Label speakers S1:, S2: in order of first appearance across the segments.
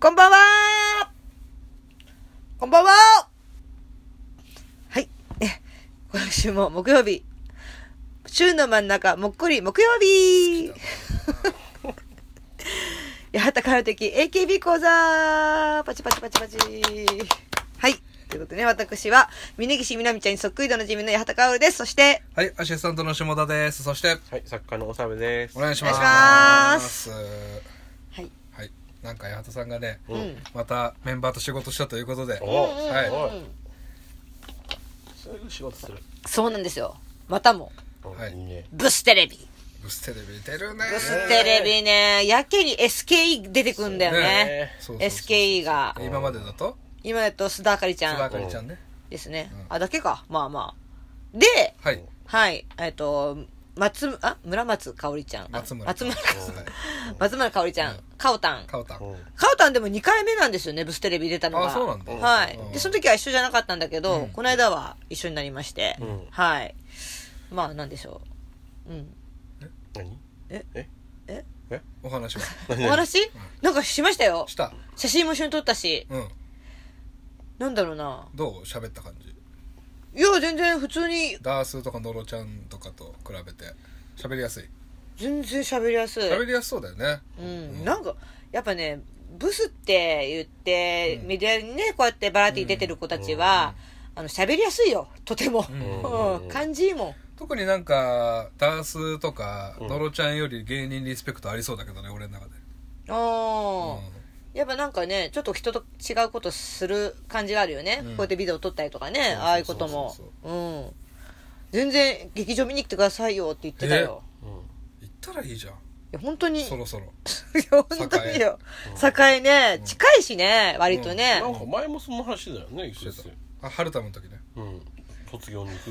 S1: こんばんはこんばんははい。え、今週も木曜日。週の真ん中、もっこり木曜日八幡から的 AKB 講座パチパチパチパチはい。ということでね、私は、峯岸みなみちゃんにそっくりとのじみの八幡薫です。そして、
S2: はい、アシスタントの下田です。そして、
S3: はい、作家のおさむです。
S2: お願いします。
S1: お願いしますはい。
S2: はい、なんか八幡さんがね、
S3: うん
S1: うん
S2: またメンバーと仕事したということで、
S3: お
S2: はい
S3: おいそういう仕事する。
S1: そうなんですよ。またも、
S2: はい
S3: いいね。
S1: ブステレビ。
S2: ブステレビ出てるね。
S1: ブステレビね、やけに SKE 出てくんだよね。
S2: そうそうそう
S1: SKE が。
S2: 今までだと、
S1: 今だと須田あかりち
S2: 須田
S1: ゃ
S2: あ
S1: ん
S2: かりちゃんね。
S1: ですね
S2: うん。
S1: あ、だけか。まあまあ。で、
S2: はい。
S1: はい、えっと、松、あ、村松香織ちゃん。あ
S2: 松村。
S1: 松村
S2: は、
S1: 松村香織ちゃん。かおたん
S2: い。。かおたん。
S3: うん
S1: かおたんでも2回目なんですよね、ブステレビ出たのが。
S2: あそうなんだ
S1: はい
S2: うん。
S1: で、その時は一緒じゃなかったんだけど、
S2: うん
S1: この間は一緒になりまして、
S3: うん
S1: はい。まあ、なんでしょう。うん。
S3: 何
S1: え
S3: え
S1: え
S3: え
S2: お 話は。
S3: 何
S1: お話なんかしましたよ
S2: し。た。
S1: 写真も一緒に撮ったし、
S2: うん。
S1: なんだろうな。
S2: どう喋った感じ。
S1: いや、全然普通に、
S2: ダースとかノロちゃんとかと比べて、喋りやすい。
S1: 全然喋りやすい。
S2: 喋りやすそうだよね。
S1: うん、なんか、やっぱね、ブスって言って、メディアにね、こうやってバラエティ出てる子たちは、あの、喋りやすいよ、とても。うん、感じいいもん。
S2: 特になんかダースとかノロちゃんより芸人リスペクトありそうだけどね俺の中で、
S1: あ
S2: うん
S1: ーやっぱなんかね、ちょっと人と違うことする感じがあるよね。
S2: うん
S1: こうやってビデオ撮ったりとかね、
S2: そうそうそうそう
S1: ああいうことも。うん。全然、劇場見に来てくださいよって言ってたよ。
S2: 行ったらいいじゃ
S1: い
S2: ん
S1: や、本当に、
S2: そろそろ
S1: いや本当によ。栄ね、近いしね、割とね。
S3: なんか前もその話だよね、一緒ですよ。
S2: あ春田の時ね
S3: うん。卒業に行く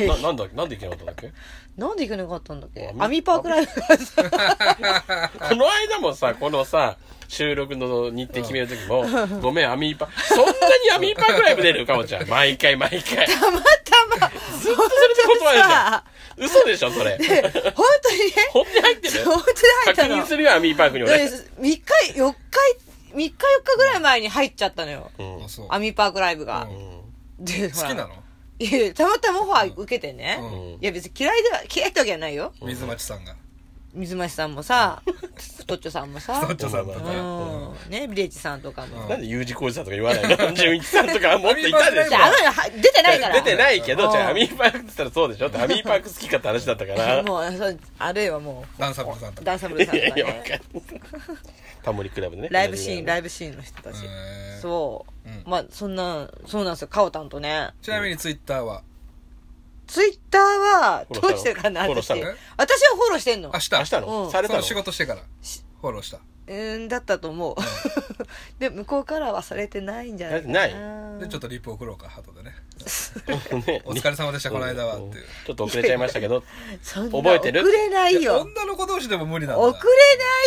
S3: あれななんだなんで行けなかったんだっけ
S1: なんで行けなかったんだっけ
S3: あみ
S1: アミパークライブがさ
S3: この間もさ、このさ、収録の日程決める時 も、ごめん、アミーパそんなにアミーパークライブ出るかもちゃん。毎回毎回。
S1: たまたま、ずっと
S3: 断るじゃん。嘘でしょ、それ。
S1: 本当にね、
S3: 本当に入ってる
S1: 本当に
S3: 確
S1: 入ったの。
S3: 認するよ、アミーパークに俺。
S1: 3日、4日、3日4日ぐらい前に入っちゃったのよ。
S3: うん
S2: あそう
S1: アミパークライブが
S2: う。ん
S1: で、
S2: 好きな
S1: の
S2: の
S1: いや、たまたまオファー受けてね。
S3: うん
S1: いや、別に嫌いでは、嫌いってわけじゃないよ。
S2: 水町さんが
S1: 水増しさんもさ、トッチョさんもさ
S2: トッ、チョさんと
S3: う
S1: う
S2: ね
S1: ん、ね、ビレッジさんとかも。
S3: なんで U 字工事さんとか言わない の純一さんとかもっといたでし
S1: じゃあ、あ
S3: ょ
S1: の人は出てないから。
S3: 出てないけ
S1: うん
S3: ど、じゃあアミーパークって言ったらそうでしょってアミーパーク好きかって話だったか ら。
S1: もう、そうあれはも
S2: ダンサブルさんと
S1: う、
S2: か
S1: ダンサブル
S3: い
S1: さんと
S3: や
S1: か
S3: いや、わかん
S1: ね
S3: ない。タモリクラブでね。
S1: ライブシーン、ラ
S3: イ
S1: イブシーンの人たち。
S2: へー
S1: そう、
S2: うん
S1: まあそんなそうなんですよかおたんとね
S2: ちなみにツイッターは
S1: ツイッターは
S3: フォロ
S1: ど
S3: ーしたの
S1: うしてるかな
S3: フォロー
S1: 私
S3: した
S1: 私
S3: の
S1: はフォローしてんの
S2: 明日
S3: 明日
S1: うん
S3: のされ
S2: そ
S3: た
S2: の
S3: の
S2: 仕事してからフォローした
S1: うーんだったと思う で向こうからはされてないんじゃないか
S3: な
S1: ない
S2: でちょっとリップ送ろうか後でね
S3: ね
S2: お疲れ様でしたこの間はっていう
S3: ちょっと遅れちゃいましたけど。
S1: そんな
S3: 覚えてる
S1: 遅れない
S2: いや
S1: よ
S2: 女の子同士でも無理なんだ
S1: 遅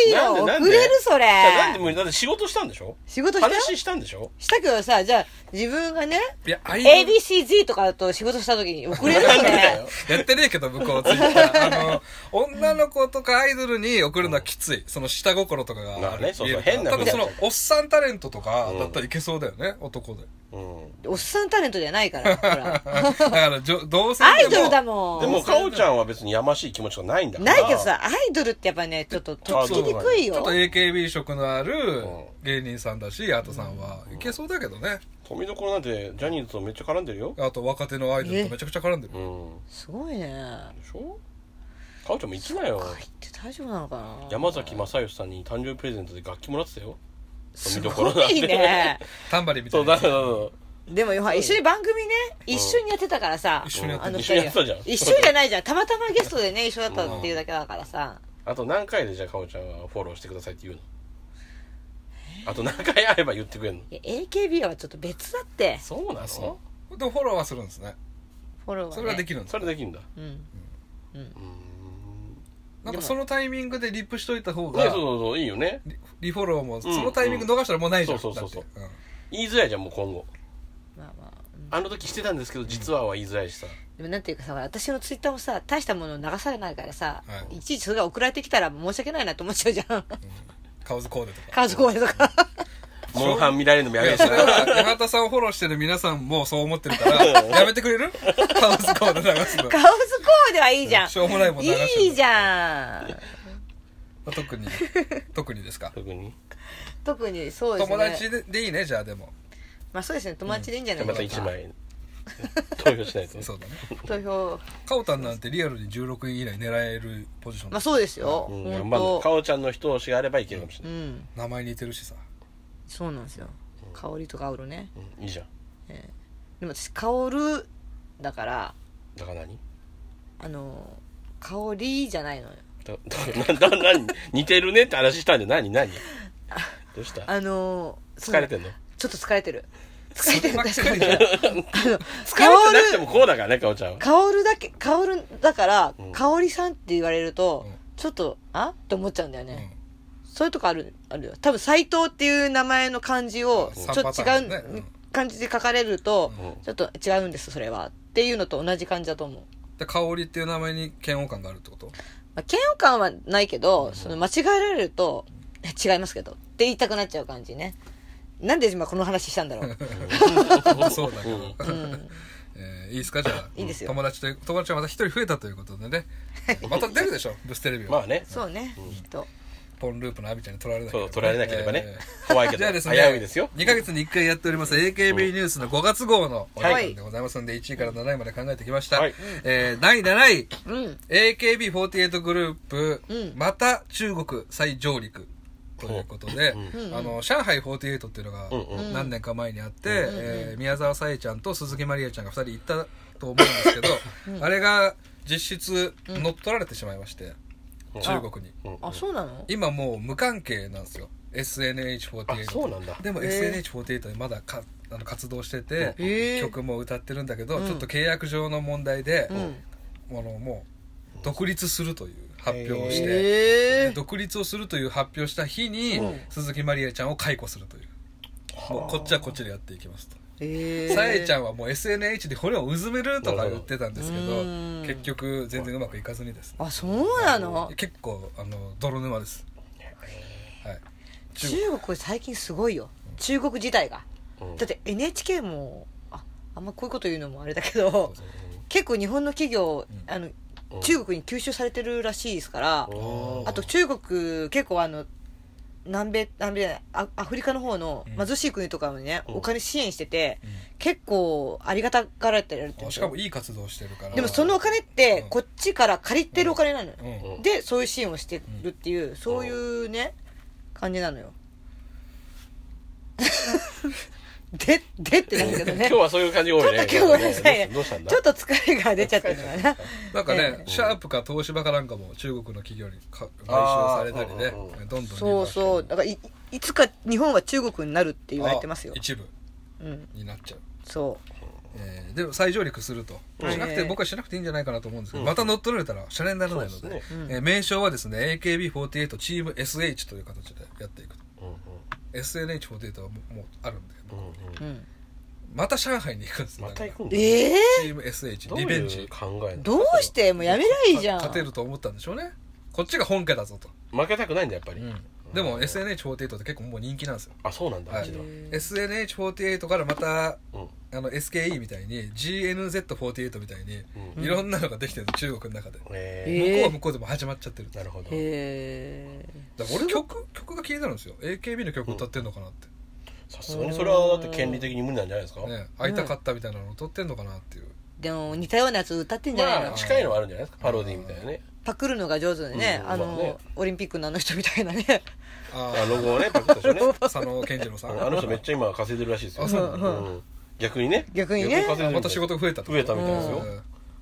S1: れないよ
S3: なんでなん
S1: 遅
S3: で
S1: れるそれ
S3: じゃあなんで無理だって仕事したんでしょ
S1: 仕事したよ
S3: 話したんでしょ
S1: したけどさじゃあ自分がね
S2: いやあい
S1: ABCG とかと仕事した時に遅れるよね
S2: やってねえけど向こうツイッターあの女の子とかアイドルに送るのはきついその下心とかがある、
S3: まあねそうそう
S2: 見えるから
S3: 変な
S2: た
S3: こ
S2: だ
S3: と
S2: そのおっさんタレントとかだったらいけそうだよね、男で
S3: うん。
S1: おっさんタレントじゃないからほら
S2: だからじょ同性
S1: アイ
S2: で
S1: ドル
S2: も
S1: だもん
S3: でも、かおちゃんは別にやましい気持ちがないんだから。
S1: ないけどさアイドルってやっぱねちょっととっつきにくい
S2: ち
S1: よ
S2: ょっと AKB 色のある
S3: う
S2: 芸人さんだしアートさんはいけそうだけどね
S3: 富所なんてジャニーズとめっちゃ絡んでるよ。
S2: あと若手のアイドルとめちゃくちゃ絡んでる
S3: うん。
S1: すごいね
S3: でしょかおちゃんも行きなよ。
S1: 入って大丈夫なのかな
S3: 山崎正義さんに誕生日プレゼントで楽器もらってたよ
S1: す
S3: す
S1: ご
S3: ご
S1: い
S3: い
S1: ね
S3: ね
S2: タンバリンみた
S3: そ
S2: いう
S3: だ
S2: な
S3: そうそう
S1: でもよ一緒に番組ね一緒にやってたからさ
S2: 一緒にやってた
S1: あの二
S3: 一緒にやってたじゃん
S1: 一緒じゃないじゃんたまたまゲストでね一緒だったっていうだけだからさ
S3: あと何回でじゃあかおちゃんはフォローしてくださいって言うのあと何回あれば言ってくれるの
S1: いや AKB はちょっと別だって
S3: そうなのそ
S2: でもフォローはするんですね
S1: フォローはね
S2: それはできるんです
S3: れできるんだ
S1: うん
S3: うーん
S2: なんかそのタイミングでリップしといた方
S3: ね
S2: が
S3: そうそうそういいよね
S2: リリフォローもそのタイミング逃したらもうないじゃん
S3: うんそうそうそう
S2: だって
S3: 言いづらいじゃんもう今後
S1: まあまあうん
S3: あの時してたんですけど実はは言いづらいしさ
S1: でもなんていうかさ私のツイッターもさ大したもの流されないからさ
S2: はい
S1: ちいちそれが送られてきたら申し訳ないなと思っちゃうじゃん
S2: うんカオズコーデとか。
S1: 家族はとか。
S3: モンハン見られるのもや
S2: い
S3: め
S2: や、
S3: る
S2: そ
S3: し
S2: れは、八幡さんをフォローしてる皆さんもそう思って るから、やめてくれるカオズコーデ流すの
S1: カ。オスコーデはいいじゃん。
S2: しょうもないもん流してる
S1: いいじゃん。
S2: 特に、特にですか。
S3: 特に
S1: 特にそうですね。
S2: 友達ででいいね、じゃあでも。
S1: まあそうですね、友達でいいんじゃな
S3: じゃ
S1: い
S3: あまた
S1: です
S3: 1
S1: か。
S3: 枚投票しないと
S2: そうだね。
S1: 投票。
S2: カオタンなんてリアルに16位以内狙えるポジション
S1: ま
S2: だ
S1: あそうですよ。
S3: うん
S1: 本
S3: 頑張るのか
S1: 当。
S3: おちゃんの人押しがあればいけるかもしれ
S1: う
S3: ない
S1: ん。
S2: 名前似てるしさ。
S1: そうなんですよ。香りとかおるね。
S3: うんいいじゃん
S1: でも私、香る、だから、
S3: だから何
S1: あの、香りじゃないのよ。
S3: だだなな何似てるねって話したんで何何どうした
S1: あの、
S3: 疲れて
S1: る。
S3: んの
S1: ちょっと疲れてる。疲れてる。
S2: ばっ
S1: 確
S2: か
S1: か
S2: り
S1: に。
S2: じゃん
S1: あの、
S3: 疲れてなくて
S1: 香る、
S3: もこうだからねかおちゃんは
S1: 香るだけ、香るだから
S3: うん、
S1: 香りさんって言われると
S2: うん、
S1: ちょっと、あって思っちゃうんだよね。
S2: う
S1: そういうとこある、あるよ。多分、斎藤っていう名前の漢字を、
S2: うん
S1: ちょっと
S2: 三パターンね
S1: 違
S2: う
S1: うん漢字で書かれると
S3: うん、
S1: ちょっと違うんです、それは。っていうのと同じ感じだと思う。
S2: ん。で、香りっていう名前に嫌悪感があるってこと
S1: まあ、嫌悪感はないけど、その間違えられると、え違いますけど、って言いたくなっちゃう感じね。なんで今この話したんだろ う。
S2: そうだけど。 えーいいですかじゃあ。
S1: いいですよ
S2: 友達と、友達がまた一人増えたということでね。また出るでしょブステレビは。
S3: まあね
S1: そうね、きっと。
S2: ポンループのアビちゃんに取られな
S3: そう
S2: い
S3: 取られなければね怖いけ
S2: じ
S3: ど
S2: ゃあ
S3: 早
S2: ですね、
S3: いですよ
S2: 2ヶ月に1回やっております AKB ニュースの5月号のお時
S1: は
S2: 間
S1: い
S2: でございますので、1位から7位まで考えてきました。
S3: はい
S2: えー第7位、
S1: うん。
S2: AKB48 グループ、
S1: うん
S2: また中国再上陸。ということで、
S1: うん
S2: あの、上海48っていうのが
S3: うんう
S2: 何年か前にあって、えー宮沢さえちゃんと鈴木まりあちゃんが2人行ったと思うんですけど、あれが実質乗っ取られてしまいまして、
S3: うん
S2: 中国に。
S3: うん
S1: あ、そうなの
S2: 今もう無関係なんですよ SNH48
S3: あそうなんだ
S2: でも
S1: へー
S2: SNH48 でまだかあの活動してて、
S1: へー
S2: 曲も歌ってるんだけど、
S1: うん
S2: ちょっと契約上の問題で、
S1: うん。
S2: あのもう独立するという発表をして、
S1: え
S2: で独立をするという発表した日に、
S1: うん
S2: 鈴木まりえちゃんを解雇するという。もうこっちはこっちでやっていきますと
S1: え
S2: さえちゃ
S1: ん。
S2: んはもう SNH で骨をうずめるとか言ってたんですけど
S1: うん
S2: 結局全然うまくいかずにですね
S1: あ、そうなの
S2: 結構あの泥沼ですはい中
S1: 中
S2: 国
S1: 国最近すごいよ中国自体が、
S3: うん
S1: だって NHK もああんまこういうこと言うのもあれだけど
S2: そう
S1: 結構日本の企業、
S2: うん
S1: あの
S3: うん
S1: 中国に吸収されてるらしいですから、
S3: おー
S1: あと中国結構あの南米南米じゃないアアフリカの方の
S2: うん
S1: 貧しい国とかにね、
S3: うん
S1: お金支援してて、
S2: うん
S1: 結構ありがたがられてるって
S2: あしかもいい活動してるから
S1: でもそのお金って
S2: うん
S1: こっちから借りてるお金なのよ、
S2: うん
S3: うん
S1: でそういう支援をしてるっていう、そういうね感じなのよ ででってなるけど
S3: 今
S1: ね
S3: 日はそういう感じが多いね
S1: ちょっと今日ごめんなさいね
S3: どうしたんだ
S1: ちょっと疲れが出ちゃってるのかな
S2: なんか
S1: え、
S2: ねシャープか東芝かなんかも中国の企業にか買収されたりね
S3: あーうんうん
S2: ど
S3: う
S2: んどん
S1: そうそうだからいいつか日本は中国になるって
S2: う
S1: 言われてますよ
S2: 一部
S1: うん
S2: になっちゃう、
S1: そ
S2: えーでも再上陸すると
S1: うん
S2: しなくて、僕はしなくていいんじゃないかなと思うんですけど、
S3: うん
S2: また乗っ取られたらシャレにならないので
S3: そうです
S1: ね
S2: えー名称はですね AKB48 チーム SH という形でやっていくと
S3: うん
S2: SNH48 はもうもうあるんだけ
S3: う
S2: ど、
S3: んう
S1: う、
S3: ん
S1: うん、
S2: また上海に行くんです
S3: また行くんだ
S1: ええ
S2: チーム SH
S3: どう
S2: リベンジ
S3: いう考えなの
S1: どうしてもうやめりゃいいじゃん
S2: 勝てると思ったんでしょうねこっちが本家だぞと、
S3: 負けたくないんだやっぱり
S2: でも SNH48 って結構もう人気なんですよ、
S3: あそうなんだ
S2: はい
S3: 一度
S2: SNH48 からまた
S3: うん
S2: あの SKE みたいに GNZ48 みたいに
S3: うん
S2: いろんなのができてる中国の中で、
S3: え
S2: 向こうは
S1: え
S2: 向こうでも始まっちゃってる
S3: ーなるほど
S1: へ
S2: だから俺曲曲が気になるんですよ AKB の曲歌ってんのかなって、
S3: さすがにそれはだって権利的に無理なんじゃないですか
S2: ね、会いたかったみたいなのを撮ってんのかなっていう、
S1: ーでも似たようなやつ歌ってんじゃないの、
S3: まあ近いのはあるんじゃないですかパロディみたいなね
S1: パクるのが上手でね、
S3: うん
S1: あの、
S3: まあね
S1: オリンピックのあの人みたいなね
S2: あ
S3: あロゴをねパクった人ね
S2: あ佐野健次郎さん
S3: あの人めっちゃ今稼いでるらしいですよ
S2: あそう
S1: なの
S3: ん逆にね
S1: 逆にね
S3: 稼いでるみたい
S2: また仕事が増えたと
S3: 増えたみたいです
S1: よ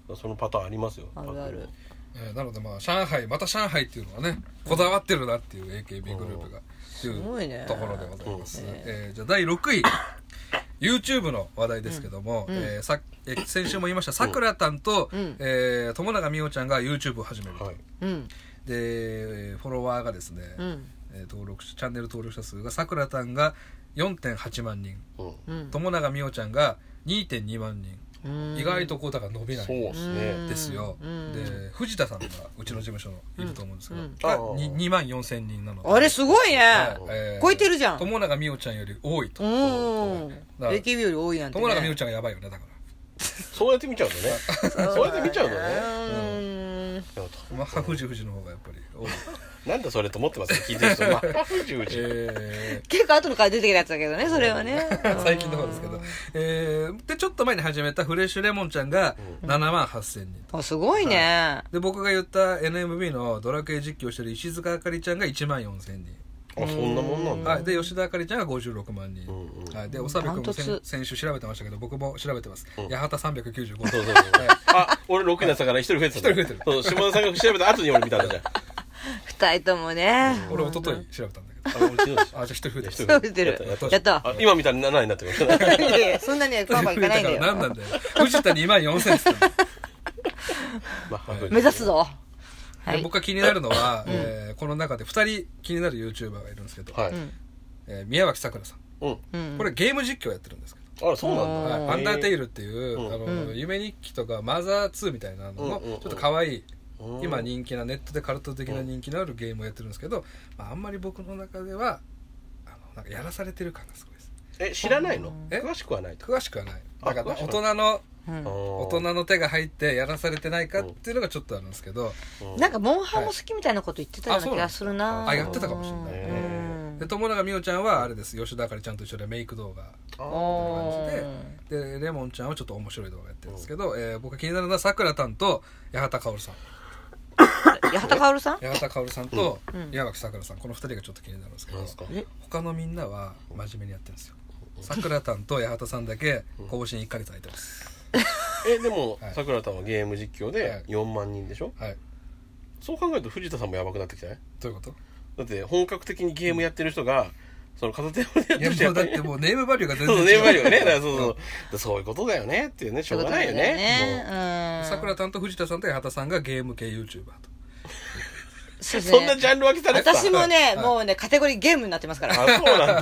S2: うん
S3: そのパターンありますよ
S1: あるある
S2: えーなのでまあ上海また上海っていうのはねこだわってるなっていう AKB グループがっていう
S1: ごいね
S2: ところでございます、
S1: うんね
S2: えーじゃあ第6位 YouTube の話題ですけども、えーさえー先週も言いましたさくらたんと、
S1: うん
S2: えー友永美桜ちゃんが YouTube を始めると、
S3: はい
S1: うん
S2: でえーフォロワーがですね、
S1: うん
S2: えー登録者チャンネル登録者数がさくらたんが4.8万人
S3: うん
S1: うん
S2: 友永美桜ちゃんが2.2万人
S1: へうん
S2: 意外とこうだから伸びな
S3: そう
S2: い
S3: ですね。
S2: ですよ
S1: うん
S2: で藤田さんがうちの事務所のいると思うんですけど、
S1: うん
S2: が
S3: うん
S2: に2万4千人なので
S1: あれすごいね、
S2: はいえー
S1: 超えてるじゃん
S2: 友永美桜ちゃんより多いと
S1: う
S2: 思
S1: ん
S2: うだから
S1: AKB より多いなんて、ね、
S2: 友永美桜ちゃんがやばいよねだから
S3: そうやって見ちゃうとね。そうやって見ちゃうとね。
S1: ね
S3: でも
S2: まあ、富士富士の方がやっぱり多い。
S3: なんだそれと思ってますよ聞いてる人。まあ、不自由自由
S2: え
S1: 結構後のから出てきたやつだけどねそれはね
S2: 最近の方ですけど。えーで、ちょっと前に始めたフレッシュレモンちゃんが7万8000人。
S1: あすごいね、
S2: で、僕が言った NMB のドラクエ実況してる石塚あかりちゃんが1万4000人。
S3: あ、そんなもんなんだ。
S2: はい。で、吉田あかりちゃんが56万人
S3: んう。
S2: はい。で、おさべくん
S1: ダ
S2: も
S1: ントツ
S2: 先先週調べてましたけど、僕も調べてます。八幡395
S3: そう
S2: 人。
S3: そうそう。あ、俺6年だから一人増えてた。
S2: 一人増えてる
S3: そう、下田さんが調べた後に俺見たんだじゃん。
S1: 二人ともね
S2: 俺、一昨日調べたんだけど。
S3: あ、俺違うでしょ
S2: あ、じゃあ1人増えて
S3: 一
S2: る。
S3: 人
S1: 食べてる
S3: やった
S1: やった
S3: あ今見たら7になってる。
S1: いやいやそんなにはパンパンいかないんだ
S2: 増えたから何な
S1: よ
S2: んだよ。藤田2万4000っつったの
S3: まあ
S1: 目指す。ぞは
S2: で
S1: い
S2: 僕が気になるのは、えーこの中で2人気になる YouTuber がいるんですけど、
S3: はい。
S2: えー宮脇さくらさん、
S3: うん。
S1: うん
S2: これゲーム実況やってるんですけど、
S3: あら、そうなんだ。
S2: はいアンダーテイルっていうう、
S3: ん
S2: あの夢日記とかマザー2みたいなのの、
S3: うんうんうん
S2: ちょっと可愛い
S3: うん
S2: 今人気なネットでカルト的な人気のあるゲームをやってるんですけど、まあ、あんまり僕の中ではあのなんかやらされてる感がすごいです
S3: え、知らないの
S2: え
S3: 詳しくはないと。
S2: 詳しくはないだから
S3: 詳し
S2: 大
S3: くは
S2: 人の
S1: うん
S2: 大
S3: 大
S2: 人の手が入ってやらされてないかっていうのがちょっとあるんですけど、
S1: なんかモンハンも好きみたいなこと言ってたような気がするな、
S2: あやってたかもしれない
S1: うん
S2: で友永美桜ちゃんはあれです吉田あかりちゃんと一緒でメイク動画
S1: お
S2: で
S1: ー
S2: でレモンちゃんはちょっと面白い動画やってるんですけど、えー僕が気になるのはさくらたんと八幡薫さん
S1: 八幡薫さん
S2: 八幡薫さんと矢脇さくらさんこの二人がちょっと気になるんですけど
S3: なんすか
S1: え
S2: 他のみんなは真面目にやってるんですよさくらたんと八幡さんだけ更新1ヶ月空いてます、
S3: え、でも
S2: は、い
S3: さくらたんはゲーム実況
S2: は
S3: で
S2: い
S3: 4万人でしょ
S2: はい
S3: そう考えると藤田さんもやばくなってきたね。
S2: どういうこと
S3: だって本格的にゲームやってる人が、その片手でやっ
S2: い
S3: てる人
S2: やも
S3: や
S2: う
S3: っ
S2: だっ
S3: ぱ
S2: て
S3: り
S2: もうネームバリューが全
S3: そう
S2: 然
S3: そう、
S2: 違
S3: ネ
S2: う
S3: ームあるよね。だ からそうそうそう。そういうことだよねっていうね、しょうがないよね。
S1: ね
S2: さくらたんと藤田さんと八幡さんがゲーム系 YouTuber と
S1: そうで
S3: もう
S1: すね
S3: そんなジャンル分けされてた。
S1: 私も
S3: ね。
S1: ね、もうね、カテゴリーゲームになってますか
S3: あ、
S1: ら。
S3: そうな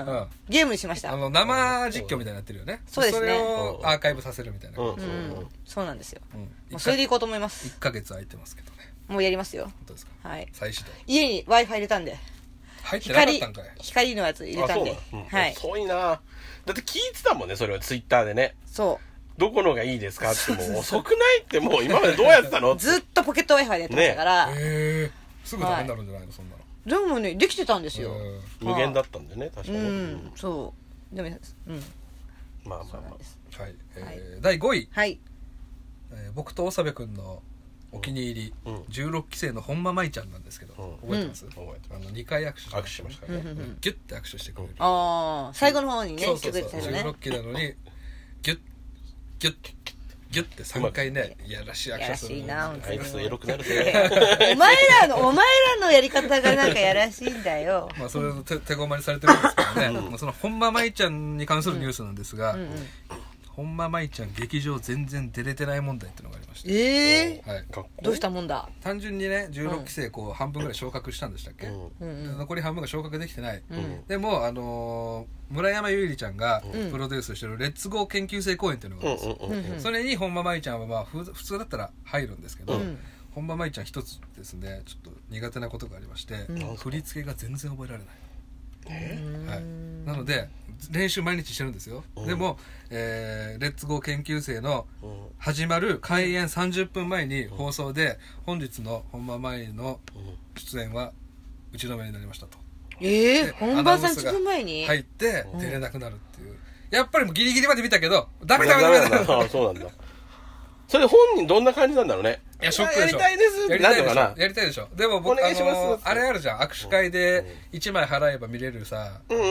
S3: んだ。
S1: う
S2: うん
S1: ん。ゲームにしまし
S2: あ
S1: た。
S2: の生実況みたいになってるよね
S1: そうですね
S2: れをアーカイブさせるみたいな、
S3: うん
S2: うん
S3: うん
S1: う
S3: うん
S1: ん。そうなんですよ。もうそれで
S2: 1
S1: いこうと思います。
S2: ヶ月空いてますけどね
S1: もうやりますよ。
S2: 本当ですか
S1: はい。
S2: 再始動
S1: 家に Wi-Fi 入れたんで。
S2: 入ってなかっ
S1: 光
S2: たんかい、
S1: 光のやつ入れたんで
S3: あそうな。の
S1: はい。
S3: 遅いなだって聞いてたもんねそれはツイッターでね
S1: そ
S3: どこのがいいですかってもう遅くないってもう今までどうやってたの
S1: う。ずっとポケット Wi-Fi でやってましたから。
S2: へえすぐダメになるんじゃないのそんなの
S1: でもね、できてたんですよ。
S2: うん
S3: 無限だったんだよね確か
S1: う
S3: にね、
S1: ん。そう。でも、うん。
S3: まあまあ
S1: そうな
S3: ま
S1: んです。
S2: はい、
S1: はい
S2: えー第5位、
S1: はい。
S2: えー僕と長部君のお気に入り、
S3: うん
S2: 16期生の本間舞ちゃんなんですけど、
S3: うん
S2: 覚えてます、
S3: 覚え
S2: あ
S3: て
S2: の2回握手
S3: あ握手しましたね
S2: ね、うんギュッて握手してくれる、
S1: ああ、最後の方にね、
S2: そう
S1: 来て
S2: そう
S1: くれ
S2: そう
S1: てたよね
S2: 16。期なのにギュッギュッギュッて3回ねいやらしい握手する
S1: いやらしいな本
S3: あ
S1: 当
S3: い
S1: に
S3: つエロくなる
S1: お
S3: ぜ
S1: 前らの、お前らのやり方がなんかやらしいんだよ。
S2: まあ、それの手 手ごまにされてるんですけどね、まあその本間舞ちゃんに関するニュースなんですが、本間舞ちゃん劇場全然出れてない問題っていうのがありまして、
S1: ええ
S2: はい、
S3: 学校
S1: どうしたもんだ。
S2: 単純にね16期生こう半分ぐらい昇格したんでしたっけ、
S3: うん
S1: うんうん。
S2: 残り半分が昇格できてない、
S3: ん
S2: でも、あのー村山優里ちゃんがプロデュースしてる「レッツゴー研究生公演」っていうのがあ
S3: うん
S2: る
S3: う
S2: で
S3: ん
S2: すよ、
S3: んうん
S2: それに本間舞ちゃんは、まあ、ふ普通だったら入るんですけど、
S3: うん
S2: 本間舞ちゃん一つですねちょっと苦手なことがありまして、
S3: ん
S2: 振り付けが全然覚えられない
S3: え
S2: はい、なので練習毎日してるんですよ、でも、えーレッツゴー研究生」の
S3: うん
S2: 始まる開演30分前に放送で、本日の本間前の出演は打ち止めになりましたと
S1: ええ
S2: で
S1: 本番
S2: アナウンスが
S1: 30分前に、
S2: 入って出れなくなるっていう、やっぱりもうギリギリまで見たけどダメダメダメ
S3: な
S2: ダメ
S3: んだあそうなんだそれ本人どんな感じなんだろうね
S2: いやショックでしょ
S3: やりたいですって
S2: やりたいで
S3: なんの
S2: し
S3: かな
S2: ょやりたいでしょでも
S3: お
S2: 僕
S3: 願いします
S2: あの
S3: って
S2: あれあるじゃん握手会で1枚払えば見れるさ、
S3: んうん
S2: あ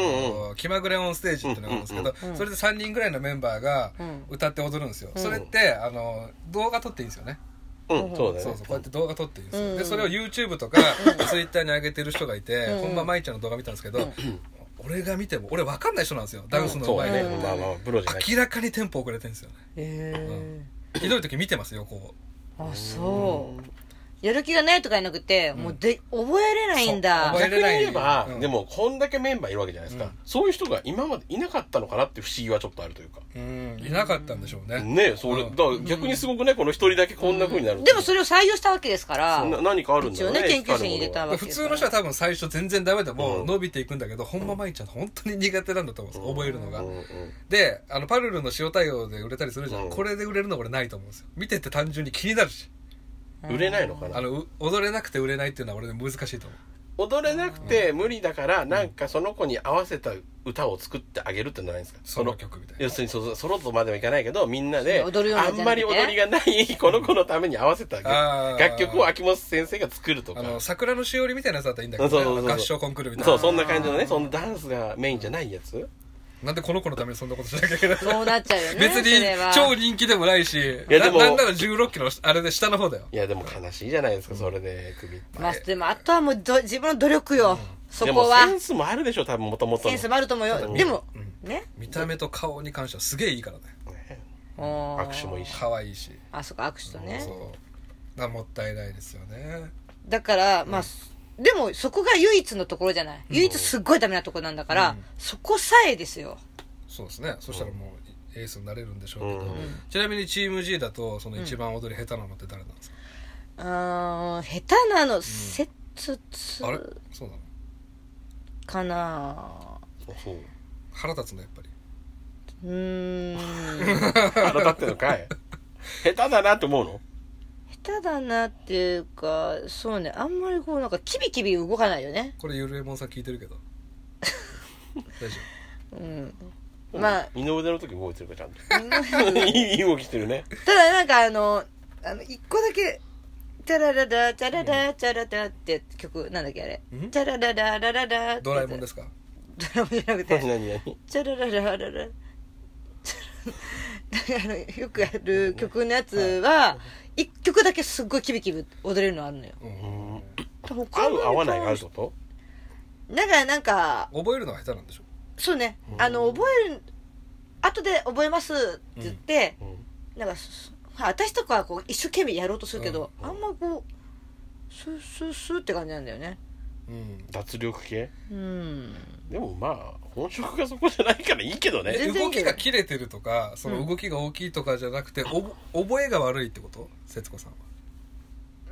S2: の気まぐれオンステージってのがあるんですけど、それで3人ぐらいのメンバーが歌って踊るんですよ、それってあの動画撮っていいんですよね
S3: うんそうだ
S2: そう
S3: よ
S2: そう
S3: ね
S2: こうやって動画撮っていいんですよ、でそれを YouTube とか Twitter に上げてる人がいて、本間舞ちゃんの動画見たんですけど、俺が見ても俺分かんない人なんですよダンスの
S3: そう
S2: 上
S3: だ
S2: 手い
S3: ね
S2: 人
S3: まあまあプロじゃない
S2: 明らかにテンポ遅れてるんですよね
S1: ええ
S2: ひどい時見てますよこう
S1: あそうやる気がないとかじゃなくて、もうで、覚えれないんだ
S2: そう。覚え
S3: 逆に言えば、
S2: うん
S3: でもこんだけメンバーいるわけじゃないです
S2: う
S3: か、
S2: ん
S3: そういう人が今までいなかったのかなって不思議はちょっとあるというか
S2: うんいなかったんでしょうね
S3: ねえそれ、
S2: うん
S3: だから逆にすごくねこの一人だけこんな風になる、
S1: でもそれを採用したわけですから。
S3: な何かあるんだ
S1: 一
S3: ろ
S1: 応
S3: うね
S1: ね、研究室に入れたわけ
S2: 普
S1: ですか
S2: 通
S1: ら。
S2: の人は多分最初全然ダメでも
S3: うん
S2: 伸びていくんだけど、ほんま舞ちゃん本当に苦手なんだと思うんです
S3: うん
S2: 覚えるのが、
S3: うんうん
S2: であのパルルの塩対応で売れたりするじゃん、
S3: うん
S2: これで売れるの俺ないと思うんですよ見てて単純に気になるし
S3: 売れないのか
S2: あ
S3: な
S2: のう踊れなくて売れないっていうのは俺ね難しいと思
S3: 踊れなくて無理だから、なんかその子に合わせた歌を作ってあげるってないんですか
S2: うソロ曲みたいな
S3: 要するにそうソロとまではいかないけどみんなで
S1: そう踊るような
S3: あ
S1: 感じ
S3: ん
S1: で
S3: まり踊りがないこの子のために合わせた
S2: あー
S3: 楽曲を秋元先生が作るとか
S2: あの桜のしおりみたいなやつだったらいいんだけど、
S3: そう
S2: ね、
S3: そうそうそう
S2: あの合唱コンクールみたいな
S3: そうそんな感じのねそんなダンスがメインじゃないやつ
S2: なんでこの子のためにそんなことしなきゃいけない
S1: そうなっちゃうよね。
S2: 別
S1: それは
S2: に超人気でもないし
S3: いやでも
S2: ななんなら1 6キロあれで下の方だよ
S3: いやでも悲しいじゃないですかそれで首って
S1: まあ、でも、あとはもうど、自分の努力よ。そ
S3: で
S1: こ
S3: も
S1: は
S3: セ。ンスもあるでしょ多分もともと
S1: センスもあると思うよ。でも、ね。
S2: 見た目と顔に関してはすげえいいからね
S1: 握
S3: 握手もいいし
S2: 可愛いし
S1: あ、そっか、握手とね
S2: そ。うなもったいないですよね
S1: だから、まあ、でも、そこが唯一のところじゃない。唯一すっごいダメなところなんだから、そこさえですよ。
S2: そうですねそしたらもうエースになれるんでしょうけど、
S3: うん
S2: ちなみにチーム G だとその一番踊り下手なのって誰なんですか、
S1: うーん、下手なの、せつつ
S2: あれそうなの
S1: かな
S3: そう
S2: 腹立つのやっぱり
S1: うー ん。
S3: 腹立ってんのかい 下手だなって思うの
S1: 下手だなっていうか、そうね、あんまりこう、なんか、キビキビ動かないよね。
S2: これゆるえもんさん聞いてる けど大丈
S1: うん。まあ、
S3: 二の腕の時動いてるかちゃんと いい動きしてるね
S1: ただなんかあの、あの、一個だけ、チャラララ、チャララ、チャララって曲、なんだっけあれ
S2: ん。
S1: チャララララララって。。
S2: 夫ドラえもんですすか
S1: ドラえもんじゃなく
S3: 何
S1: て、
S3: 何何
S1: チャラララララ。チャララあのよくある曲のやつは、一曲だけすっごいキビキビ踊れるのあるのよ。
S2: うん
S3: 合
S1: 他
S3: う
S1: の
S3: 合わないがあるってこと
S1: だからなんか、
S2: 覚えるのは下手なんでしょ
S1: そうね、あの、覚える、後で覚えますって言って、
S3: うん
S1: なんかすまあ私とかはこう一生懸命やろうとするけど、あんまこうスースースーって感じなんだよね
S2: うん
S3: 脱力系
S1: うん
S3: でもまあ本職がそこじゃないからいいけどね
S1: 全然
S2: 動きが切れてるとかその動きが大きいとかじゃなくて、おぼ覚えが悪いってこと節子さんは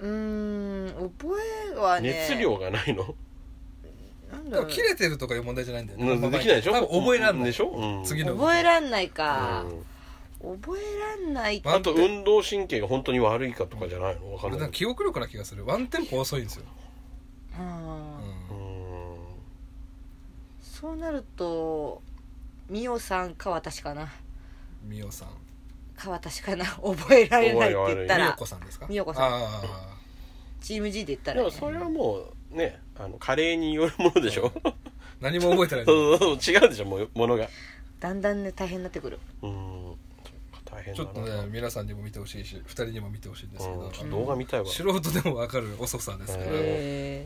S1: うーん覚えはね
S3: 熱量がないの
S1: なん
S2: で
S1: だろ
S2: も
S1: う
S2: 切れてるとかいう問題じゃないんだよね、
S3: うんできないでしょ
S2: 多分覚えらんない
S3: でしょうん
S2: 次の
S1: 覚えらんないか、
S3: うん
S1: 覚えらんない
S2: ワ
S3: あ
S2: ン
S3: と運動神経が本当に悪いかとかじゃないのわか
S2: 俺
S3: ん
S2: な
S3: なんい
S2: か記憶力な気がするワンテンポ遅いんですよ、
S1: う
S2: うん
S1: ん
S3: うん
S1: そうなるとミオさんか私かな
S2: みおさん
S1: か私かな 覚えられないって言った
S2: み
S3: だ
S2: よ
S1: ら
S2: こさんですか
S1: みよこさん
S2: あ
S1: チーム G で言った
S3: で
S1: ら、
S3: も
S1: ね、
S3: それはもうねあの加齢によるものでしょ
S2: ー何も覚えてないちょ
S3: そうそうそう違うでしょもうものが
S1: だんだんね大変になってくる
S3: うんそっか大変だな
S2: っとね皆さんにも見てほしいし2人にも見てほしいんですけど、
S3: うん
S2: あの
S3: 動画見たいわ
S2: 素人でも分かる遅さですから、
S3: へ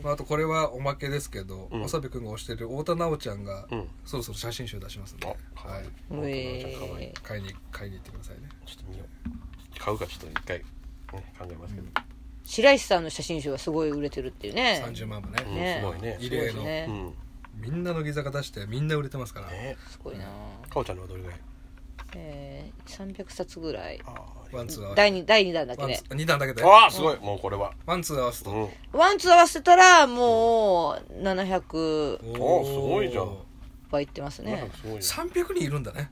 S1: へ
S3: ー
S2: まあ、あとこれはおまけですけど
S3: うん
S2: 長部、君が推してる太田奈緒ちゃんが、
S3: うん
S2: そろそろ写真集出しますんで、は
S3: あかわいい
S2: い、
S1: えうえ
S3: かわいい
S2: 買いに買いに行ってくださいね
S3: ちょっと見よう買うかちょっと一回、ね、考えますけど、
S1: 白石さんの写真集がすごい売れてるっていうね
S2: 30万部ね、
S3: うん
S1: ね
S3: すごいね
S1: すごいです
S3: う
S1: ね
S3: ん
S2: みんな乃木坂出してみんな売れてますから、
S3: ね
S1: すごいな
S3: かおちゃんのはどれぐらい
S1: えー、300冊ぐらい
S3: あ
S2: ワンツー合わせ
S1: 第 2, 第2弾だけ
S2: ワン
S1: ね
S2: ツー2段だけで
S3: ーあーすごいもうこれは
S2: ワンツー合わせ
S3: う
S2: と、
S3: ん
S1: ワンツー合わせたらもう700いっ
S2: おー
S3: すごいじゃん
S1: ぱいいってます
S3: なん
S1: ね
S3: かすごいね
S2: 300人いるんだね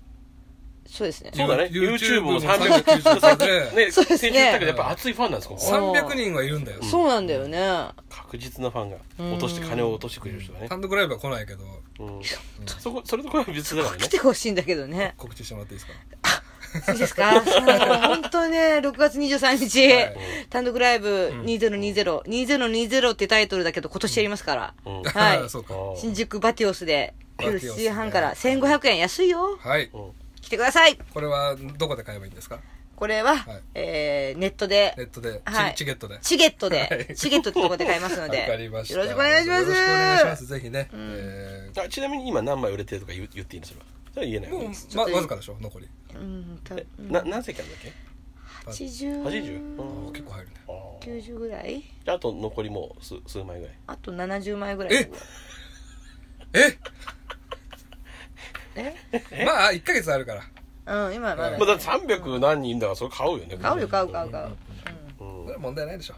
S1: そうですね
S3: そうだね YouTube も
S2: 390
S3: 390
S2: さ
S3: さ
S2: っ
S3: っ
S2: き
S3: き
S2: ね
S3: ね
S1: そうですね
S3: 先週言ったけどやっぱ熱いファンなんですここ
S1: そう
S2: 300人はいるんだよ、
S1: そうなんだよね
S3: 確実なファンが落として金を落としてくれる人がね
S2: 単独ライブは来ないけど
S3: うんそこそれとこれは別だからね
S1: 来てほしいんだけどね
S2: 告知してもらっていいですか
S1: いいですかそう本当ね6月23日、
S2: はい
S1: 単独ライブ20202020ってタイトルだけど今年やりますから、
S3: うん
S1: はい
S2: そうか
S3: あー
S1: 新宿バティオスで夜7時半から
S2: バティオスね
S1: 1500円安いよ
S2: はい
S3: うん
S1: 来てください
S2: これはどこで買えばいいんですか
S1: これは、
S2: はい
S1: えーネットで
S2: ネットで、チ
S1: はい
S2: チゲットで
S1: チゲットで、
S2: はい
S1: チゲットってとこで買いますの
S2: わ
S1: で。
S2: かりました
S1: よろしくお願いします。
S2: よろしくお願いしますぜひね、え
S3: あちなみに今何枚売れてるとか言う言っていいのそれはそれは言えない
S2: ー
S3: よ
S2: も
S3: ね
S2: うまわずかでしょ残り
S1: うん、た
S3: えな何席あるんだっけ
S1: 80
S3: 80? うん
S2: 結構入るね
S3: あ
S1: 90ぐらい
S3: ーあと残りもう数数枚ぐらい
S1: あと70枚ぐらい
S2: え
S1: え
S2: まあ1ヶ月あるから
S1: うん今はまだ
S3: まあだって300何人だからそれ買うよね
S1: 買うよ買う買う買う、
S2: それは問題ないでしょ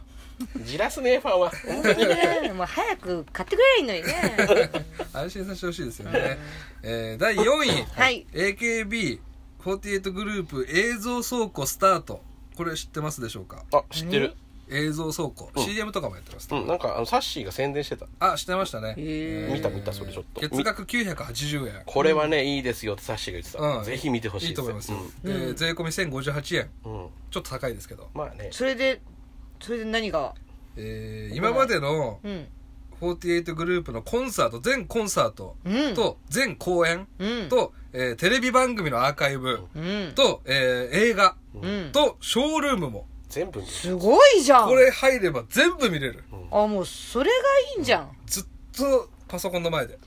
S3: じらすねファ ンは
S1: 本当にねもう早く買ってくれりゃいいのにね
S2: 安心させてほしいです よね、えー第4位、
S1: はい
S2: AKB48 グループ映像倉庫スタートこれ知ってますでしょうか
S3: あ知ってる
S2: 映像倉庫、
S3: うん
S2: CM とかもやってます、
S3: うんなんかあのサッシーが宣伝してた
S2: あ知ってましたね、
S1: へー
S3: 見た見たそれちょっと
S2: 月額980円
S3: これはねいいですよってサッシーが言って
S2: う
S3: た
S2: ん
S3: ぜひ見てほしい
S2: いいと思いますよ、えー税込み1058円
S3: うんうん
S2: ちょっと高いですけど、
S3: まあね
S1: それでそれで何が
S2: えー今までの
S1: うん
S2: 48グループのコンサート全コンサート
S1: うん
S2: と全公演
S1: うん
S2: と、えーテレビ番組のアーカイブ
S1: うん
S2: と、えー映画
S1: うん
S2: とショールームも
S3: 全部
S1: すごいじゃん
S2: これ入れば全部見れる
S1: あもうそれがいいんじゃん
S2: ずっとパソコンの前で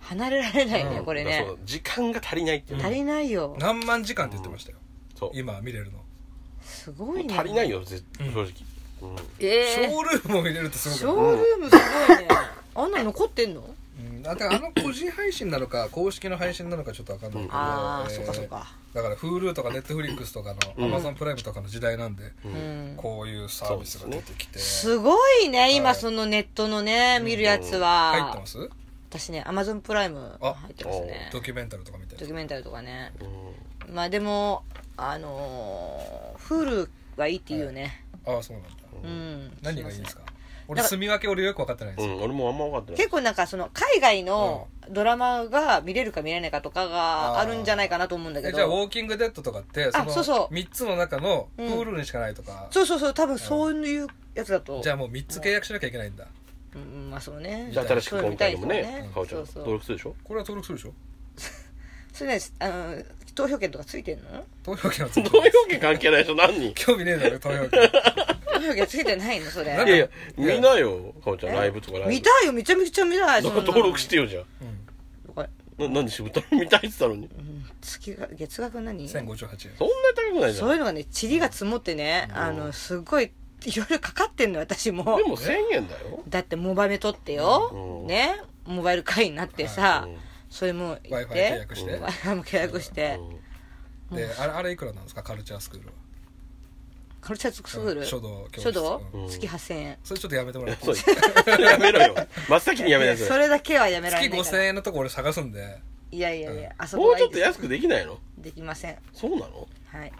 S1: 離れられないね
S2: うん
S1: これね
S3: そう時間が足りないっていう
S1: 足りないよ
S2: 何万時間って言ってましたよ、
S3: そう
S2: 今見れるの、
S1: すごいね
S3: 足りないよぜ
S2: うん
S3: 正直うん
S2: ショ
S1: え
S2: ールームも見れるって
S1: え
S2: す
S1: シ
S2: ご
S1: ョ
S2: く
S1: ールームすご いねあんな残ってんの
S2: うんあだからあの個人配信なのか公式の配信なのかちょっと分かんないけど、
S1: ああ
S2: えー
S1: そうかそうか
S2: だから Hulu とか Netflix とかの Amazon プライムとかの時代なんで、
S1: うん
S2: こういうサービスが出てきて、
S1: すごいね
S2: は
S1: 今
S2: い
S1: そのネットのね見るやつ
S2: 入って
S1: は
S2: ます
S1: 私ねアマゾンプライム
S2: あ
S1: 入ってますね
S2: ドキュメンタルとか見て
S1: ドキュメンタリーとかね
S3: うん
S1: まあでもあのー、Hulu はいいって言うよね、
S2: ああそうなんだ
S1: うん
S2: 何がいいんですか
S1: だ
S2: 俺
S1: から
S2: 住み分け俺よく分かってないんで
S3: う
S2: すよ、
S3: ん俺もあんま分かってない
S1: 結構なんかその海外のドラマが見れるか見れないかとかがあるんじゃないかなと思うんだけ
S2: え
S1: ど
S2: じゃあウォーキングデッドとかってそ
S1: あ
S2: の
S1: そうそう
S2: 3つの中の
S1: うん
S2: Hulu にしかないとか、
S1: そうそうそう多分そういうやつだと
S2: じゃあもう3つ契約しなきゃいけないんだ
S1: うんまあそのね
S3: じゃあ新しく今回のも
S1: そういう見たい人は
S3: ねかおちゃん
S1: そうそう
S3: 登録するでしょ
S2: これは登録するでしょ
S1: それねあの投票券とかついてんの
S2: 投票権はつい
S3: 投
S2: て
S3: 票
S2: る
S3: 権関係ないでしょ何人
S2: 興味ねえだろ投 票権
S1: 投票券ついてないのそれ
S2: なんで
S3: いやいや見なよかおちゃん
S1: え
S3: ライブとかライブ
S1: 見たいよめちゃめちゃ見たい
S3: なん
S1: そん
S3: か
S1: なの
S3: 登録してよじゃ
S1: これ
S3: あななんでしぶた 見たいって言ったの
S1: う
S3: に
S1: ん月が月額何
S2: 1058円
S3: そんなに高くないじゃ
S1: そうんい
S3: で
S1: うのがね、塵が積もってね、あの、すごい、いろいろかかってんの、私も。
S3: も1000円だよ
S1: だって、モバメ取ってよ
S3: う。ん
S1: ね。モバイル会員になって
S3: う
S1: さ
S3: ん、
S1: それも行
S2: Wi-Fi
S1: っ
S2: 契
S1: て、
S2: 約して、
S1: Wi-Fi も契約して、
S2: であれあれいくらなんですかカルチャースクールは
S1: カルチャーズクール。
S2: 書道教室
S1: 書道
S2: うん
S1: 月8000円。
S2: それちょっとやめてもらって
S3: そ
S2: いうい
S3: やめろよ真っ先にやめな
S1: そ
S3: さい
S1: れだけはやめら
S2: 月
S1: れないか
S2: 5000
S1: ら。
S2: 円のとこ俺探すんで
S1: いやいやいや、あそこ
S3: もう
S1: はい
S3: ちょ
S1: い
S3: っと
S1: です
S3: 安くできないの
S1: できません。
S3: そうなの
S1: はい。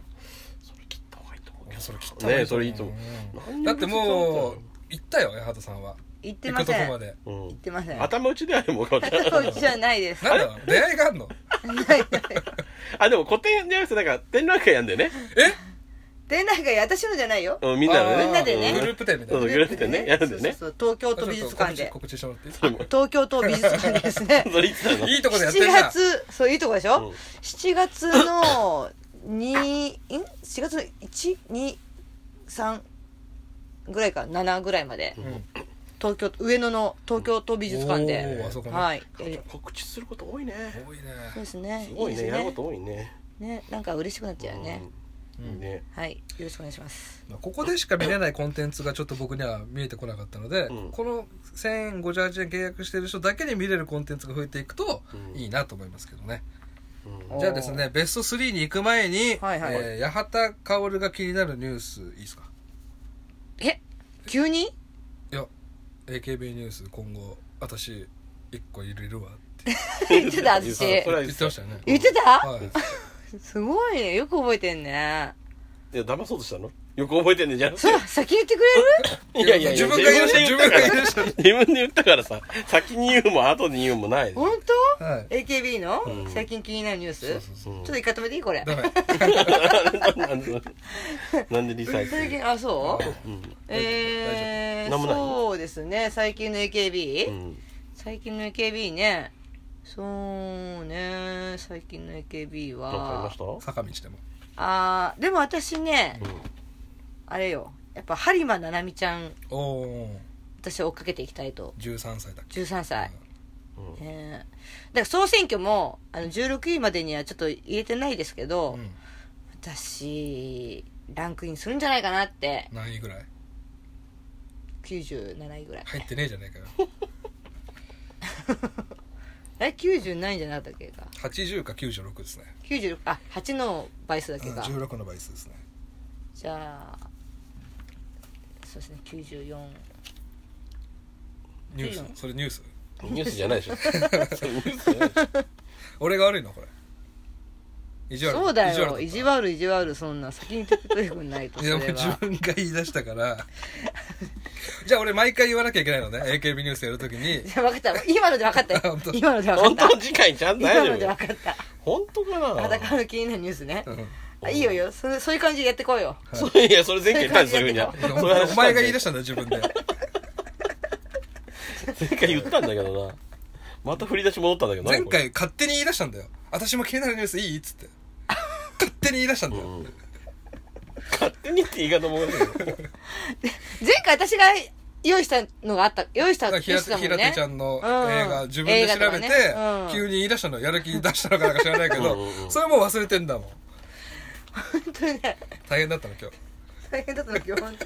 S3: それ切った方がいいと思う
S2: い
S3: け
S2: や
S3: ど
S2: それ切った方がいい
S3: ね
S2: と思
S3: そ
S2: う
S3: れいいと思う
S2: だってもう行ったよ八幡さんは
S1: 行って
S2: 行
S1: ま
S2: くと
S1: せ
S2: こ
S1: ん。
S2: ま
S1: 行
S2: で
S3: う、うん
S1: ってません。
S3: 頭打ちであれもうか おちゃん
S1: こっちじゃないです。
S2: なんだろう出会いがあんの
S1: ないない。
S3: あでも個展じゃなくてなんか展覧会やんだよね
S2: え
S1: で、なんか、私のじゃないよ。
S3: うんみんなで
S2: あ
S3: ね
S2: ー
S1: みんなでね
S2: グループ展みたい
S3: そ
S2: な
S3: うグループでねやるんだよね
S1: そうそうそう東京都美術館
S2: ちょ
S1: で
S2: っと告知告知してもらっていい
S1: 東京都美術館ですね
S3: それ言ってた の
S2: いいとこでやって
S1: 7
S2: るな
S1: 月そういいとこでしょ、
S3: うん
S1: 7月の2ん4月の123ぐらいか7ぐらいまで、
S2: ん
S1: 東京上野の東京都美術館で
S2: おーあそこね
S1: はいやり
S3: 告知すること多いね
S2: 多い
S1: そう
S2: ね
S1: ですね
S3: すごい
S1: で
S3: ねやること多いね
S1: すねねなんか嬉しくなっちゃうよね、
S3: うんいいね
S1: はいよろしくお願いします
S2: まあここでしか見れないコンテンツがちょっと僕には見えてこなかったので、
S3: うん
S2: この1058円契約してる人だけに見れるコンテンツが増えていくと
S3: うん
S2: いいなと思いますけどね、
S3: うん
S1: お
S2: じゃあですねベスト3に行く前に、
S1: はいはい
S2: えー八幡薫が気になるニュースいいですか
S1: え急に
S2: いや AKB ニュース今後私1個いるいるわって
S1: 言ってた
S3: 言っ
S1: 私
S3: てたそれは
S2: 言ってましたよね
S1: 言ってた、
S2: はい
S1: すごいねよく覚えてんね
S3: いや騙そうとしたのよく覚えてんねんじゃん
S1: そう先言ってくれる
S3: いやいやい
S2: 自
S3: や
S2: 分が言うし
S3: 自分で言
S2: 自
S3: ったから自分で言ったからさ先に言うも後に言うもない
S1: 本
S2: はい
S1: 当 ?AKB の、
S3: うん
S1: 最近気になるニュース
S2: そう
S3: そう
S1: ちょっと一回止めていいこれ
S2: ダメ
S3: なんでなんでリサイク
S1: 最
S3: ル
S1: 近あそう
S3: うん
S1: えー、
S3: 大丈夫なんもない
S1: そうですね最近の AKB、
S3: うん
S1: 最近の AKB ねそうね最近の AKB
S3: なんかありま
S1: は
S3: したう
S2: 坂道でも
S1: あーでも私ね、
S3: ん
S1: あれよやっぱ播磨七海ちゃん
S2: おお
S1: 私は追っかけていきたいと
S2: 13歳だっけ
S1: 13歳、
S3: うん
S1: ねだから総選挙もあの16位までにはちょっと入れてないですけど、
S2: うん
S1: 私ランクインするんじゃないかなって
S2: 何位ぐらい
S1: 97位ぐらい
S2: 入ってねえじ ゃねえかよ。
S1: え97位じゃなかったっけか
S2: 80か96ですね。
S1: 96あ8の倍数だっ
S2: う
S1: け
S2: ん、
S1: か、
S2: 16の倍数ですね。
S1: じゃあそうですね94
S2: ニュース。それニュース。
S3: ニュースじゃないでしょ。それニュースじゃないでしょ。
S2: 俺が悪いのこれ。意地悪。
S1: そうだよ
S2: 意
S1: 意
S2: 地
S1: 地
S2: 悪だっ
S1: 悪意地悪そんな先に取り組んないと
S2: た。
S1: そ
S2: い
S1: れは
S2: やもう自分が言い出したから。 じゃあ俺毎回言わなきゃいけないのね。AKB ニュースやるときに。
S1: じゃあ分かった今ので分かったよ
S2: 本当
S1: 今ので分
S3: 本
S1: かった
S3: 当次回ちゃんと
S1: 今
S3: 大
S1: の
S3: 丈夫
S1: で
S3: よ。
S1: 分かった
S3: 本当か
S1: 裸
S3: な
S1: の気になるニュースね、
S2: うん
S1: あいいよいいよそれそういう感じでやってこうよ
S3: それいや、それ前回言ったんですよ、そういうふうには。そういう話したんで
S2: お前が言い出したんだよ自分で。
S3: 前回言ったんだけどな。また振り出し戻ったんだけどな。
S2: 前
S3: これ
S2: 回勝手に言い出したんだよ私も気になるニュースいいっつって勝手に言い出したんだよ、
S3: うん勝手にって言い方もおかしいけど。
S1: 前回私が用意したのがあった用意した
S2: だか
S1: ニ
S2: ら
S1: ュー
S2: 平
S1: スだ
S2: 手
S1: もんね
S2: 平手ちゃんの映画、
S1: うん
S2: 自分で調
S1: 映
S2: べて、
S1: 画とかねうん
S2: 急に言い出したのやる気出したのかなんか知らないけど
S3: うんうんうん
S2: それもう忘れてんだもん
S1: 本当にね
S2: 大変だったの今日、
S1: 大変だったの今日本当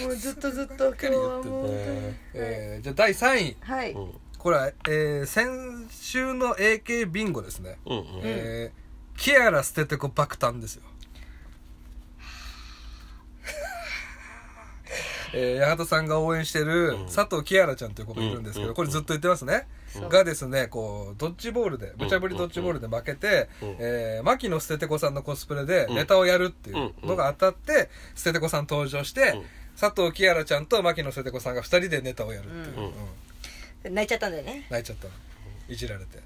S1: にもうずっとずっ と今日はもう本当に
S2: えーじゃあ第3位
S1: はい、
S3: うん
S2: これは、えー先週の AK ビンゴですね、
S3: うんうん。
S2: えーキアラ捨ててこ爆誕 ですよえー、八幡さんが応援してる
S3: うん
S2: 佐藤キアラちゃんという子がいるんですけ
S3: うんう
S2: ど
S3: ん
S2: これずっと言ってますね
S1: そう
S2: がですねこうドッジボールで無茶ぶりドッジボールで負けて
S3: うん
S2: えー牧野捨ててこさんのコスプレで
S3: うん
S2: ネタをやるっていうのが当たって捨ててこさん登場して
S3: うん
S2: 佐藤キアラちゃんと牧野捨ててこさんが2人でネタをやるっていう、
S3: うん
S2: うん
S1: 泣いちゃったんだよね
S2: 泣いちゃったのいじられて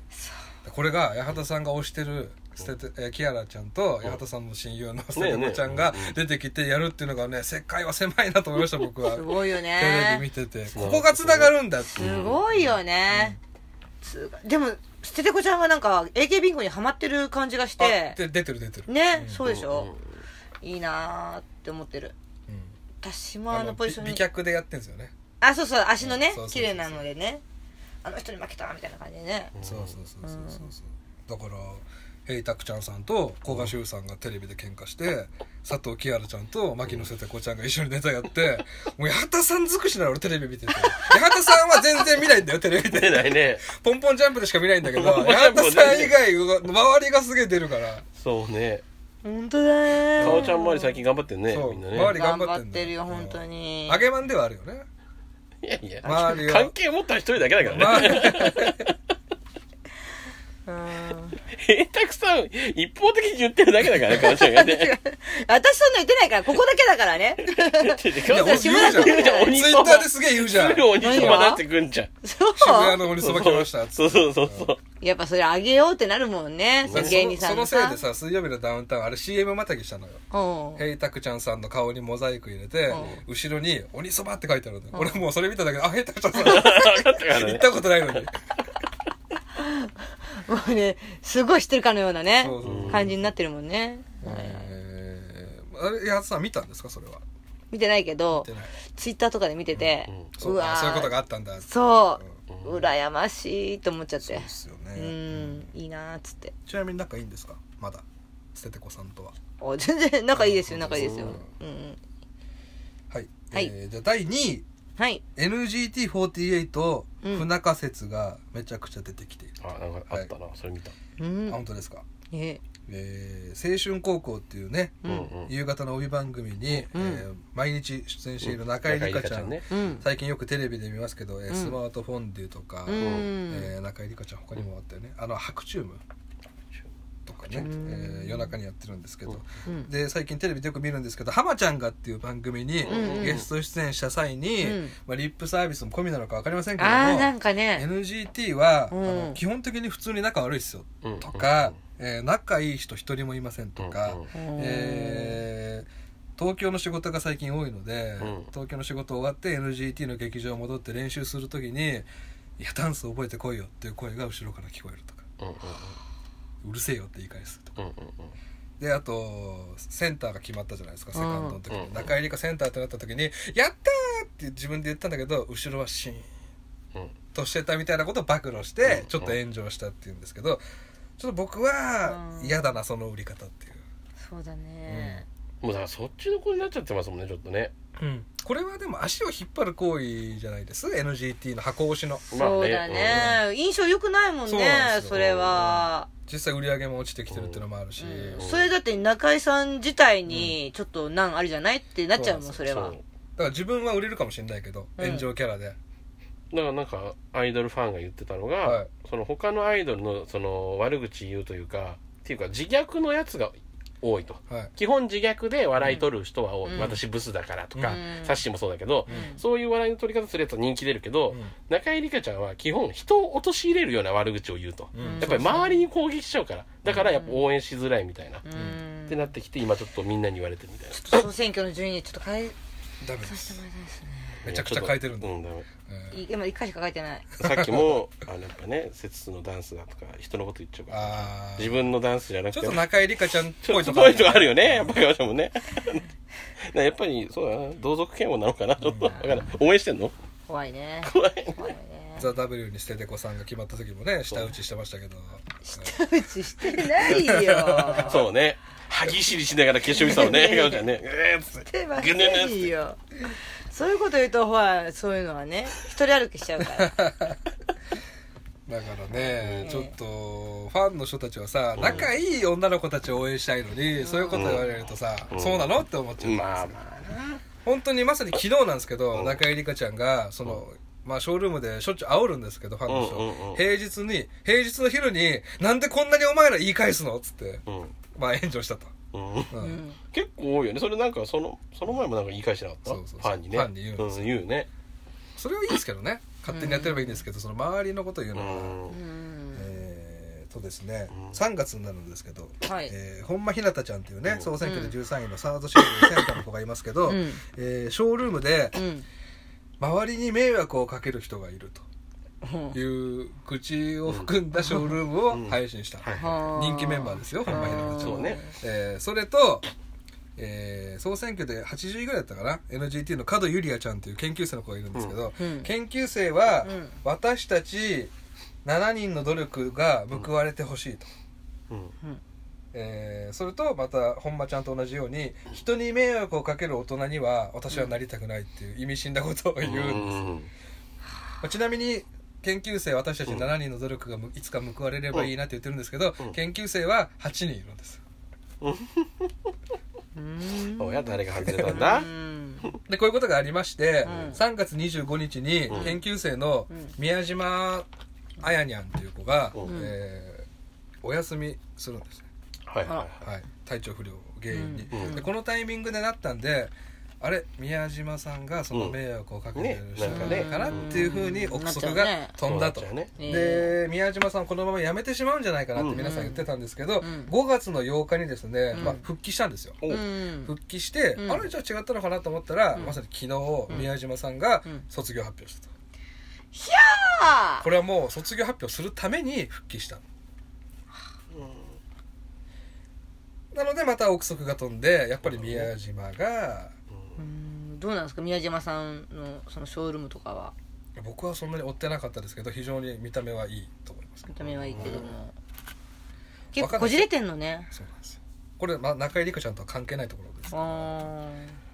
S2: これが八幡さんが推してる捨てて、えーキアラちゃんと八幡さんの親友の捨ててこちゃんが
S3: ねえねえ
S2: 出てきてやるっていうのがね世界は狭いなと思いました僕は
S1: すごいよ
S2: テレビ
S1: ね
S2: 見ててここがつながるんだっていう
S1: すごいよね、つうかでも捨ててこちゃんがなんか AK ビンゴにはまってる感じがし
S2: あ
S1: て
S2: で出てる出てる、
S1: ね、そうでし
S3: うん
S1: ょ
S3: うん、
S1: いいなーって思ってる
S2: うん
S1: 私もあのポジション
S2: 美
S1: に
S2: 美脚でやってるんですよね
S1: あそうそう足の
S2: うん
S1: ね
S2: そうそうそう
S1: 綺麗なのでねあの人に負けたみたいな感じでね
S2: そうそうそうそうそうそうだからヘイタクちゃんさんと古賀修さんがテレビで喧嘩して佐藤キアラちゃんと牧野瀬て子ちゃんが一緒にネタやって もう八幡さん尽くしなの俺テレビ見てて八幡さんは全然見ないん だよテレビで
S3: 出てないね。
S2: ポンポンジャンプでしか見ないんだけど
S3: ポンポンジャ
S2: 八
S3: ンプ
S2: 幡
S3: も
S2: さ
S3: 大
S2: ん
S3: 事
S2: 以外は周りがすげえ出るから
S3: そうね。
S1: 本当だね
S3: かおちゃん周り最近頑張ってんね、
S2: そう
S3: みんなね。
S2: 周り
S1: 頑
S2: 頑
S1: 張
S2: 張
S1: っ
S2: ってて
S1: る
S2: る
S1: よ
S2: よ
S1: 本当に
S2: 揚げまんではあるよね
S3: いやいや、
S2: 周りは
S3: 関係持ったの一人だけだからね。
S2: まあ
S1: うん
S3: 平たくさん、一方的に言ってるだけだからね、かおちゃんがね。
S1: 私そんな言ってないからここだけだからね
S2: いや
S3: かお
S2: 俺
S3: ち
S1: 志
S3: ゃ
S1: 村
S3: ん
S1: 君
S3: 言うじゃん、
S1: お
S3: 鬼
S2: ツイ
S3: そ
S2: ッ
S3: ば
S2: ターですげえ言うじゃん
S3: すぐ
S2: 渋
S3: 鬼そばだってくんじゃん。
S1: そう
S2: 谷の鬼そば来ましたつって
S3: そうそうそうそう。
S1: やっぱそれあげようってなるもんね
S2: その
S1: 芸人さん
S2: その
S1: が
S2: せいでさ水曜日のダウンタウンあれ CM またぎしたのよ
S1: うん
S2: ヘイタクちゃんさんの顔にモザイク入れて、後ろに「鬼そば」って書いてあるの、俺もうそれ見ただけで「あヘイタクちゃんさん」
S3: 分かったから
S2: 行
S3: ね
S2: っ。たことないのに
S1: もうねすごい知ってるかのようなね
S2: そうそうそう
S1: 感じになってるもんね
S2: えーあれ矢田さん見たんですかそれは
S1: 見てないけど
S2: 見てない
S1: ツイッターとかで見てて
S3: うんうん
S2: そう
S1: ー
S2: あそういうことがあったんだそう
S1: そう羨ましいと思っちゃって
S2: ですよ
S1: う
S2: ね、
S1: んいいなーっつって
S2: ちなみに仲いいんですかまだ捨ててこさんとは
S1: お全然 仲いいですよ仲いいですようんうん
S2: はい、
S1: はい
S2: えーじゃあ第2位
S1: はい。
S2: NGT48
S1: うん
S2: 不仲説がめちゃくちゃ出てきている、
S3: あ、なんかあったな、それ見た。
S1: う
S2: あ
S1: ん
S2: 本。当ですか
S1: え、
S2: えー青春高校っていうね、
S1: うん
S3: うん
S2: 夕方の帯番組に、
S1: うん
S2: えー毎日出演している中井理香ちゃん,、
S3: 中井理香
S1: うん。
S2: 最近よくテレビで見ますけど、えー
S1: うん
S2: スマートフォンデュとか、
S1: うん
S2: えー中井理香ちゃん他にもあったよねあの白チュームとかね、え
S1: うん
S2: ー夜中にやってるんですけど、
S1: うん。
S2: で最近テレビでよく見るんですけど「浜ちゃんが」っていう番組に
S1: うん
S2: ゲスト出演した際に、
S1: うん
S2: まあ、リップサービスも込みなのか分かりませんけども
S1: ああ、なんかね。
S2: NGT は、
S1: うん
S2: あの基本的に普通に仲悪いですよ、
S3: うん
S2: とか、えー仲いい人一人もいませんとか、
S3: うんうん
S2: えー東京の仕事が最近多いので、
S3: うん
S2: 東京の仕事終わって NGT の劇場戻って練習する時に「いやダンス覚えてこいよ」っていう声が後ろから聞こえるとか
S3: うんうん
S2: 「うるせえよ」って言い返すとか
S3: うんうん
S2: であとセンターが決まったじゃないですかセカンドの時に、
S3: うん
S2: 中入りかセンターってなった時に「やったー!」って自分で言ったんだけど後ろはシーン
S3: うんうん
S2: としてたみたいなことを暴露して
S3: うん
S2: ちょっと炎上したっていうんですけどちょっと僕は
S1: うん
S2: 嫌だなその売り方っていう
S1: そうだね。
S3: もうだからそっちの子になっちゃってますもんねちょっとね
S2: うん、これはでも足を引っ張る行為じゃないです NGT の箱押しの
S3: まあね
S1: そうだね、印象良くないもん
S2: そうなん
S1: ね
S2: ですよ
S1: それは、
S2: 実際売り上げも落ちてきてるっていうのもあるし、
S1: うん
S2: だ
S1: それだって中居さん自体にちょっと難あるじゃないってなっちゃうもんそれは
S3: そう
S2: から自分は売れるかもしれないけど、
S1: うん
S2: 炎上キャラで
S3: だからなんかアイドルファンが言ってたのが、
S2: はい
S3: その他のアイドルのその悪口言うというかっていうか自虐のやつが多いと
S2: はい
S3: 基本自虐で笑い取る人は多い、
S1: うん
S3: 私ブスだからとか、
S1: うん
S3: サッシーもそうだけど、
S1: うん
S3: そういう笑いの取り方するやつは人気出るけど、
S2: うん
S3: 中井梨花ちゃんは基本人を陥れるような悪口を言うと、
S1: うん
S3: やっぱり周りに攻撃しちゃうからだからやっぱ応援しづらいみたいな、
S1: う
S3: っ
S1: ん
S3: てなってきて今ちょっとみんなに言われてるみたいな
S1: ちょっと総選挙の順位にちょっと変え
S2: ダメで
S1: させて
S2: す
S1: もらいたいですね
S2: めちゃくちゃ書いてるんだ
S3: う、んダメ
S2: えー
S1: い今一回しか書いてない
S3: さっきもあのやっぱね節のダンスだとか人のこと言っちゃうから
S2: あ
S3: 自
S2: ー
S3: 分のダンスじゃなく
S2: ち
S3: て
S2: ょっと中井梨花ちゃんっぽいと
S3: す
S2: こ
S3: ごいとこあるよねやっぱり私もね やっぱりそうだな同族嫌悪なのかなちょっ とわかんない応援してんの
S1: 怖いね
S3: 怖い
S1: 怖いね
S2: ザ・ W に捨ててこさんが決まった時もね舌打ちしてましたけど
S1: 舌打ちしてないよ
S3: そうね歯ぎしりしながら決勝見てたもん ねかおちゃんねえーっつっ
S1: してま
S3: ぐぬぬ
S1: せ
S3: っつっ
S1: ん
S3: て
S1: よそういうこと言うとほらそういうのはね一人歩きしちゃうから
S2: だからね、
S1: うん
S2: ちょっとファンの人たちはさ、仲いい女の子たちを応援したいのに、そういうこと言われるとさ、
S3: うん
S2: そうなのって思っちゃう、
S3: まあまあ
S2: 本当にまさに昨日なんですけど、中井梨花ちゃんがその、まあ、ショールームでしょっちゅう煽るんですけどファンの人、
S3: うんうんうん
S2: 平日に平日の昼になんでこんなにお前ら言い返すのっつって
S3: うん、
S2: まあ炎上したと、
S3: うん、
S2: うん
S1: うん
S3: 結構多いよねそれなんかそのその前もなんか言い返してなかった
S2: そうそうそう
S3: ファンにね
S2: ファンに言うんです
S3: ん、言うね
S2: それはいいですけどね勝手にやってればいいんですけど、その周りのこと言う
S3: う
S2: のは、
S3: ん
S1: うん
S2: えーとですね、
S3: うん
S2: 3月になるんですけど、
S1: はい
S2: えー本間ひなたちゃんっていうね、
S3: うん
S2: 総選挙で13位のサードシーズンセンターの子がいますけど、
S1: うん
S2: えーショールームで
S1: うん
S2: 周りに迷惑をかける人がいる
S1: うん
S2: という口を含んだショールームを配信した、
S3: はい
S1: はあ
S2: 人気メンバーですよ本間ひなたちゃんは
S3: そうね
S2: えーそれと、えー総選挙で80位ぐらいだったかな NGT の角ゆりあちゃんという研究生の子がいるんですけど、
S1: うんうん
S2: 研究生は、
S1: うん
S2: 私たち7人の努力が報われてほしいと、
S3: うん
S2: えーそれとまた本間ちゃんと同じように人に迷惑をかける大人には私はなりたくないっていう意味深なことを言うんです、まあちなみに研究生私たち7人の努力がむいつか報われればいいなって言ってるんですけど、
S3: うん
S2: 研究生は8人いるんです
S1: うん
S3: おや誰が外れたんだ
S1: うん
S2: でこういうことがありまして、
S1: うん
S2: 3月25日に
S3: うん
S2: 研究生の
S1: うん
S2: 宮島あやにゃんっていう子が、
S3: うん
S2: えーお休みするんですね、
S3: はいはいは
S2: はい、体調不良を原因に、
S3: うん
S2: でこのタイミングでなったんであれ宮島さんがその迷惑をかけてる人
S3: うん
S2: な
S3: ね
S2: のかなっていうふうに憶測
S1: なっちゃう
S2: が
S1: ね
S2: 飛んだと
S3: そうなっちゃうね
S2: で宮島さんこのまま辞めてしまうんじゃないかなって皆さん言ってたんですけど、
S1: うん
S2: 5月の8日にですね、
S1: うん
S2: まあ、復帰したんですよ、
S3: いお
S1: うん
S2: 復帰して、
S1: うん
S2: あれじゃあ違ったのかなと思ったら、
S1: うん
S2: まさに昨日、
S1: ん
S2: 宮島さんが
S1: うん
S2: 卒業発表したと、
S1: あ
S2: これはもう卒業発表するために復帰したなのでまた憶測が飛んでやっぱり宮島が
S1: ーうんどうなんですか宮島さんのそのショールームとかは
S2: 僕はそんなに追ってなかったですけど非常に見た目はいいと思います
S1: 見た目はいいけども
S2: わ
S1: 結構
S2: かんない
S1: こじれてんのね
S2: そうなんですよこれ、まあ、中井理香ちゃんとは関係ないところです
S1: あ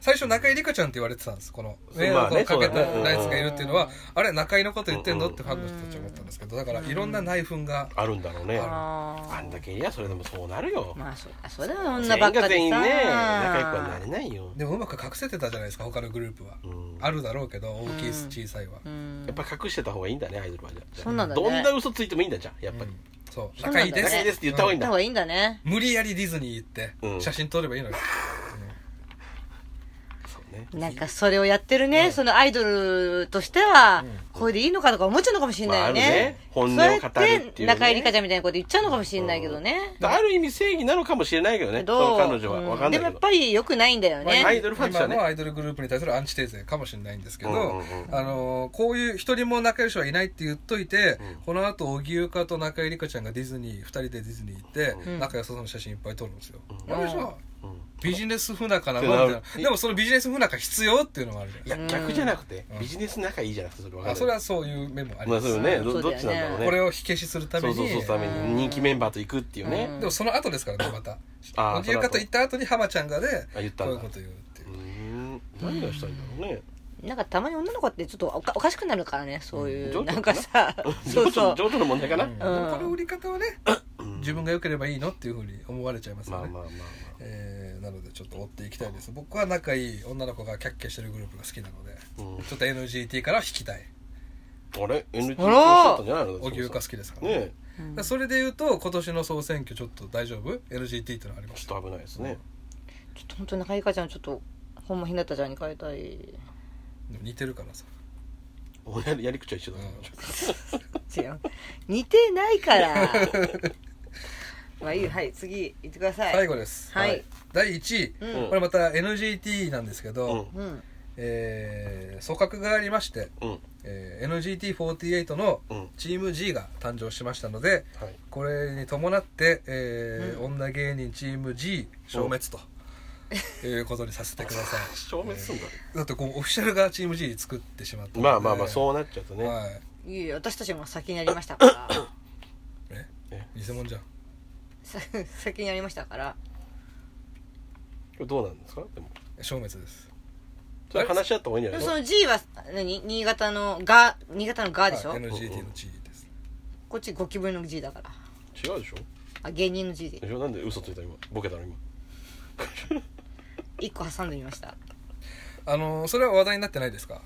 S2: 最初中井理香ちゃんって言われてたんですこの
S3: そう
S2: 迷惑
S3: まあ
S2: を
S3: ね
S2: かけた
S3: そうだね
S2: ナイツがいるっていうのは、
S1: うん
S2: あれ中井のこと言ってんの
S3: うん
S2: ってファンの人たちは思ったんですけどだからいろんな内紛が
S3: あるんだろう
S1: ー
S3: ねあ
S1: あ
S3: んだけいやそれでもそうなるよ
S1: ーまあそうだそうだよ女ばっか
S3: 全
S1: り
S3: 員が
S1: さ
S3: 全員ね仲良くはなれないよ
S2: でもうまく隠せてたじゃないですか他のグループは、
S3: うん
S2: あるだろうけど大きい
S1: うん
S2: 小さいは、
S1: うん
S3: やっぱ隠してた方がいいんだねアイドルはじゃあ
S1: そうなんだね
S3: どんな嘘ついてもいいんだじゃんやっぱり
S2: うんそう
S1: そうなんだ
S2: 仲いいです
S3: 仲いいですって言った方がいいん
S1: 行った
S3: だ
S1: 方がいいんだね
S2: 無理やりディズニー行って
S3: うん
S2: 写真撮ればいいのよ、
S3: そうね
S1: なんかそれをやってるね、そのアイドルとしては、これでいいのかとか思っちゃうのかもしれないよ
S3: まあある
S1: ね
S3: ね。本音を
S1: そう
S3: 語る
S1: や
S3: っ
S1: って
S3: いうね
S1: て、中入りかちゃんみたいなこと言っちゃうのかもしれないけどね。
S3: ある意味正義なのかもしれないけどねその彼女は
S1: うん
S3: わかん
S1: で
S3: ない
S1: も
S3: け
S1: やっ
S3: ど
S1: ぱり良くないんだよね。
S3: まあアイドルファンとし
S2: 今
S3: てはね
S2: のアイドルグループに対するアンチテーゼかもしれないんですけど、
S3: うんうんうん
S2: あのこういう一人も仲良しはいないって言っといて、
S3: うん
S2: この後荻生香と中井梨花ちゃんがディズニー2人でディズニー行って、
S1: うん
S2: 仲良さそうな写真いっぱい撮るんですよ、
S3: うん
S2: あれじゃあ
S3: うん
S2: ビジネス不仲なのみたいな
S3: ってなる
S2: でもそのビジネス不仲必要っていうのもあるじゃん
S3: いや逆じゃなくてビジネス仲いいじゃなくてそれ分か
S2: あ
S3: る
S2: それはそういう面もあり
S3: まあ
S2: ます、
S3: そうよね
S1: そ
S3: ど
S1: うだよね
S3: どっちなんだろうね
S2: これを火消しするため
S3: そう
S2: に
S3: そうそうために人気メンバーと行くっていうね
S1: うん
S2: でもその後ですからねまた
S3: あー
S2: おじゆかと言った後に浜ちゃんがね
S3: あ言った
S2: こ
S3: ん
S2: う
S3: だ
S2: いうこと言うっていう
S3: うーん何がしたいんだろうね
S1: なんかたまに女の子ってちょっとおかおかしくなるからねそうい
S3: 情緒
S1: うなんか さそう
S3: 情
S1: そ
S3: 緒
S1: う
S3: 情緒の問題かな
S2: うん
S1: ん
S2: でもこの売り方はね自分が良ければいいのっていうふうに思われちゃいます
S3: まあ
S2: よ
S3: まあ
S2: ね、
S3: まあま
S2: えーなのでちょっと追っていきたいです僕は仲いい女の子がキャッキャしてるグループが好きなので
S3: あうん
S2: ちょっと NGT からは引きたい
S3: あれ NT
S1: あら
S3: たんじゃないの
S2: 荻生が好きですからね
S3: ね
S1: う
S2: だ
S1: ん
S2: からそれで言うと今年の総選挙ちょっと大丈夫 ?LGT っていうのはありま
S3: え
S2: し
S3: ち
S2: た
S3: ょっと危ないですね
S1: ちょっと本当に中井かちゃんちょっとほんまひなたちゃんに変えたい
S2: でも似てるからさ
S3: 俺やり口は一緒だか
S1: 違 う似てないからまあいいよはい次行ってください
S2: 最後です
S1: はい、
S3: はい
S2: 第1位
S1: う
S3: うん
S1: ん
S2: これまた NGT なんですけ
S3: らう
S2: ど、
S3: ん
S1: うん
S2: えー組閣がありまして、
S3: うん
S2: えー NGT48 の
S3: うん
S2: チーム G が誕生しましたので
S3: はい
S2: これに伴って、えー
S1: う
S2: 女芸人チーム G 消滅と、 いうことにさせてください
S3: 消滅すんだね
S2: だってこうオフィシャルがチーム G 作ってしまったので
S3: まあまあまあそうなっちゃうとね
S2: はい
S1: いいよ私たちも先にやりました から
S2: え
S3: ね
S2: 偽物じゃん
S1: さ先にやりましたから
S3: これどうなんですかでも
S2: 消滅です
S3: それ話し合った方がいいんじ
S1: で
S3: ゃ
S1: も
S3: な
S1: そ
S3: いの
S1: の G は何新潟のが新潟のがでしょ、
S2: はい NGT の G です
S1: こっちゴキブリの G だから
S3: 違うでしょ
S1: あ芸人の G で
S3: でしょなんで嘘ついた今ボケたの今
S1: 一個挟んでみました
S2: あのーそれは話題になってないですか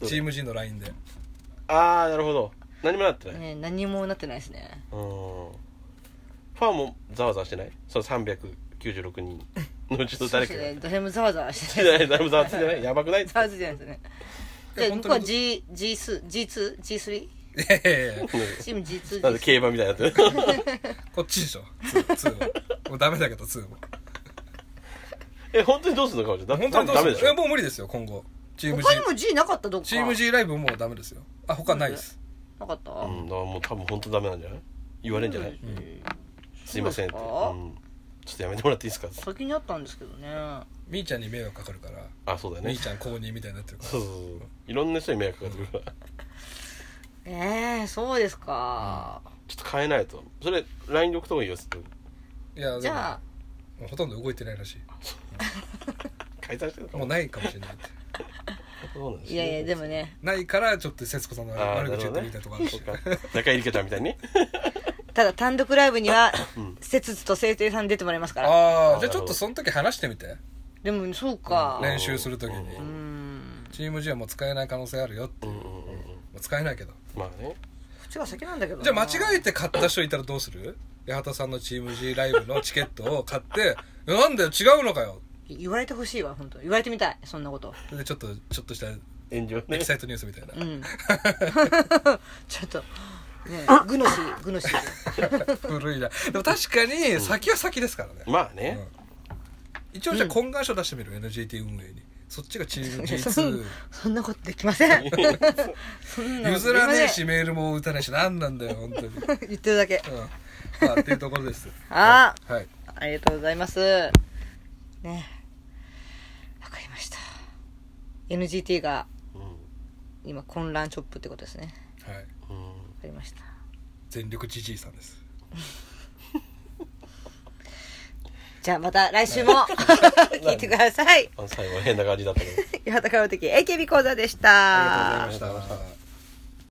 S3: どう
S2: チーム G の LINE で
S3: ああなるほど何もなってない、
S1: ね何もなってないですね
S3: うーんファンもざわざわしてないその396人 のうちの誰か
S1: そう
S3: が
S1: ですね誰もざわざわして ない
S3: 誰もざわついてないやば くない
S1: ざわついてないですね
S2: い
S1: じ
S2: や
S1: ゃあ
S2: 本
S1: 僕
S2: 当
S1: は
S2: に
S1: G G2 G2 G3
S2: いやいやいや
S1: チーム G2
S3: なんで競馬みたいになっ てる
S2: こっちでしょ2はもうダメだけど2も
S3: え本当にどうするのかもしれない
S2: 本当
S3: 多
S2: に
S3: 分
S2: どう
S3: ダ
S2: す
S3: メ
S2: る
S3: でし
S2: いや
S3: ょ
S2: もう無理ですよ今後チーム G
S1: 他にも G なかったどっか
S2: チーム G ライブもうダメですよあ他ないです
S1: なかった、
S3: うんだからもう多分本当ダメなんじゃない言われんじゃない、すいませんって、う
S1: そ
S3: ん、ちょっとやめてもらっていいですかって
S1: 先にあったんですけどね
S2: みーちゃんに迷惑かかるから
S3: あそうだよ
S2: み
S3: ね
S2: ーちゃん公認みたいになってるか
S3: そうそうそういろんな人に迷惑かかってくるから
S1: えー、そうですか、
S3: ちょっと変えないとそれ LINE で送った方がいいよって
S2: らいやでも
S1: じゃあ
S2: もうほとんど動いてないらし
S3: 解散してる
S2: い
S3: か
S2: も
S3: も
S2: うないかもしれないって
S3: そうなんです
S1: いやいやでもね
S2: ないからちょっと節子さんの
S3: あ
S2: 悪
S3: ーなるほどね
S2: 口言ってみたいとかあるし
S3: そっか中井りかちゃんみたいにね
S1: ただ単独ライブには
S3: ん
S1: 節々と聖帝さん出てもらいますから
S2: あ
S3: あー
S2: あじゃあちょっとその時話してみて
S1: でもそうか
S2: 練習する時に
S3: う
S1: うーん
S2: チーム G はもう使えない可能性あるよって
S3: う
S2: い
S3: ん
S2: う
S3: うん
S2: も
S3: うんう
S2: う
S3: ん
S2: 使えないけど
S3: まあね
S1: こっちが先なんだけどな
S2: じゃあ間違えて買った人いたらどうする八幡さんのチーム G ライブのチケットを買って「なんだよ違うのかよ
S1: 言われてほしいわ本当言われてみたいそんなこと」
S2: でちょっとちょっとした
S3: 炎上
S2: エ
S3: ね
S2: キサイトニュースみたいな
S1: うん ちょっとねグノシーグノシー
S2: 古いなでも確かに先は先ですからね、
S3: まあね、
S2: うん一応じゃあ懇願書出してみる NGT 運営にそっちがチ ーム G2
S1: そんなことできませ んそんなこと
S2: 譲らねえ
S1: で
S2: しメールも打たないし何なんだよ本当に、うん
S1: きません言ってるだけ
S2: まあ、っていうところです
S1: あ
S2: はい
S1: あありがとうございますねわかりました NGT が
S3: うん
S1: 今混乱ショップってことですね
S2: はい
S3: うん
S1: わかりました
S2: 全力じじいさんです
S1: じゃあまた来 週も聞いてください
S3: あの最後は変な感じだったけど
S1: 岩田かおてき AKB 講座でし
S2: ありがとうございました